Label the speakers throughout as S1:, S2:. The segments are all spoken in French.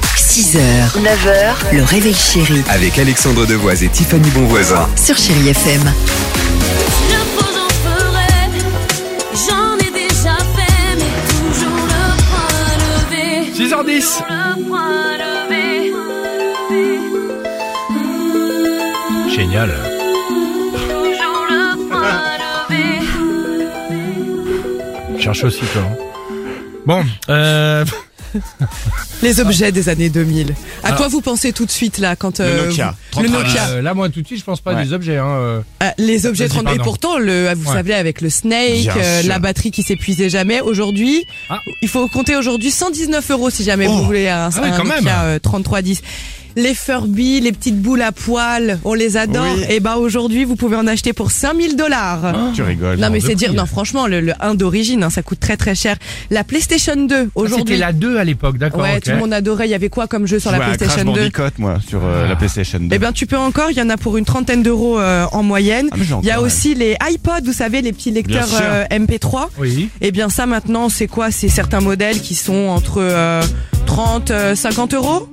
S1: 6h, 9h, le réveil chéri
S2: Avec Alexandre Devoise et Tiffany Bonvoisin.
S1: sur Chéri FM.
S3: Je pense j'en ferai, j'en ai déjà fait, mais toujours le point levé.
S4: 6h10
S3: Le point levé.
S4: Génial
S3: Toujours le point levé.
S4: Cherche aussi toi. hein. Bon, euh,
S5: Les objets des années 2000. À quoi vous pensez tout de suite là quand euh,
S6: Nokia,
S5: vous- le
S6: 33.
S5: Nokia.
S4: euh, là moi tout de suite je pense pas à des objets. Hein. euh.
S5: Ah, les objets
S4: Vas-y,
S5: 30 et
S4: pardon.
S5: pourtant le ah, vous
S4: Ouais.
S5: savez avec le Snake,
S6: Bien
S5: euh,
S6: sûr.
S5: la batterie qui s'épuisait jamais. Aujourd'hui,
S4: Ah.
S5: il faut compter aujourd'hui 119 euros si jamais vous
S6: Oh.
S5: voulez un,
S4: Ah ouais,
S5: un
S4: quand même.
S5: Nokia euh, 3310. Les Furby, les petites boules à poils, on les adore.
S6: Oui.
S5: Et ben aujourd'hui, vous pouvez en acheter pour 5000 dollars.
S6: Tu rigoles.
S5: Non mais
S4: Ah. de
S5: c'est dire
S4: prix.
S5: non franchement le, le 1 d'origine hein, ça coûte très très cher. La PlayStation 2
S4: Ah, C'était
S5: aujourd'hui
S4: la 2 à l'époque, d'accord.
S5: Ouais,
S4: ok.
S5: tout le monde adorait. Il y avait quoi comme jeu sur
S6: Je
S5: la
S6: vois un
S5: Ah, PlayStation 2
S6: Crash Bandicoot, moi, sur euh, la PlayStation 2.
S5: Eh bien, tu peux encore. Il y en a pour une trentaine d'euros euh, en moyenne.
S6: Ah, mais j'ai
S5: Il y a
S6: encore,
S5: aussi les iPods, vous savez, les petits lecteurs
S6: sûr.
S5: euh, MP3.
S4: Oui.
S5: Eh bien, ça maintenant, c'est quoi C'est certains modèles qui sont entre euh, 30, euh, 50 euros.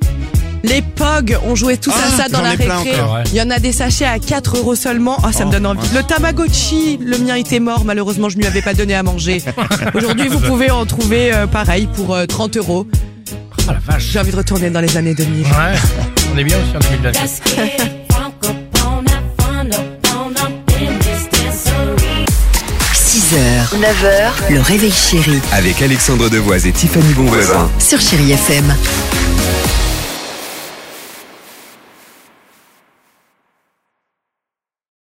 S5: Les POG, on jouait tous à
S6: Ah,
S5: ça dans
S6: j'en
S5: la
S6: ai plein
S5: récré.
S4: encore, ouais.
S5: Il y en a des sachets à 4 euros seulement. Oh, ça me
S6: Oh,
S5: donne envie. Le Tamagotchi, le mien était mort. Malheureusement, je ne lui avais pas donné à manger. Aujourd'hui, vous pouvez en trouver euh, pareil pour euh, 30 euros.
S4: Ah la vache.
S5: J'ai envie de retourner dans les années 2000.
S4: Ouais. On est bien aussi en 2000
S3: Let's get drunk upon that fun upon up in this dancery.
S1: 6h, 9h, le réveil chéri
S2: Avec Alexandre Devoise et Tiffany Bonvoisin.
S1: sur Chéri FM.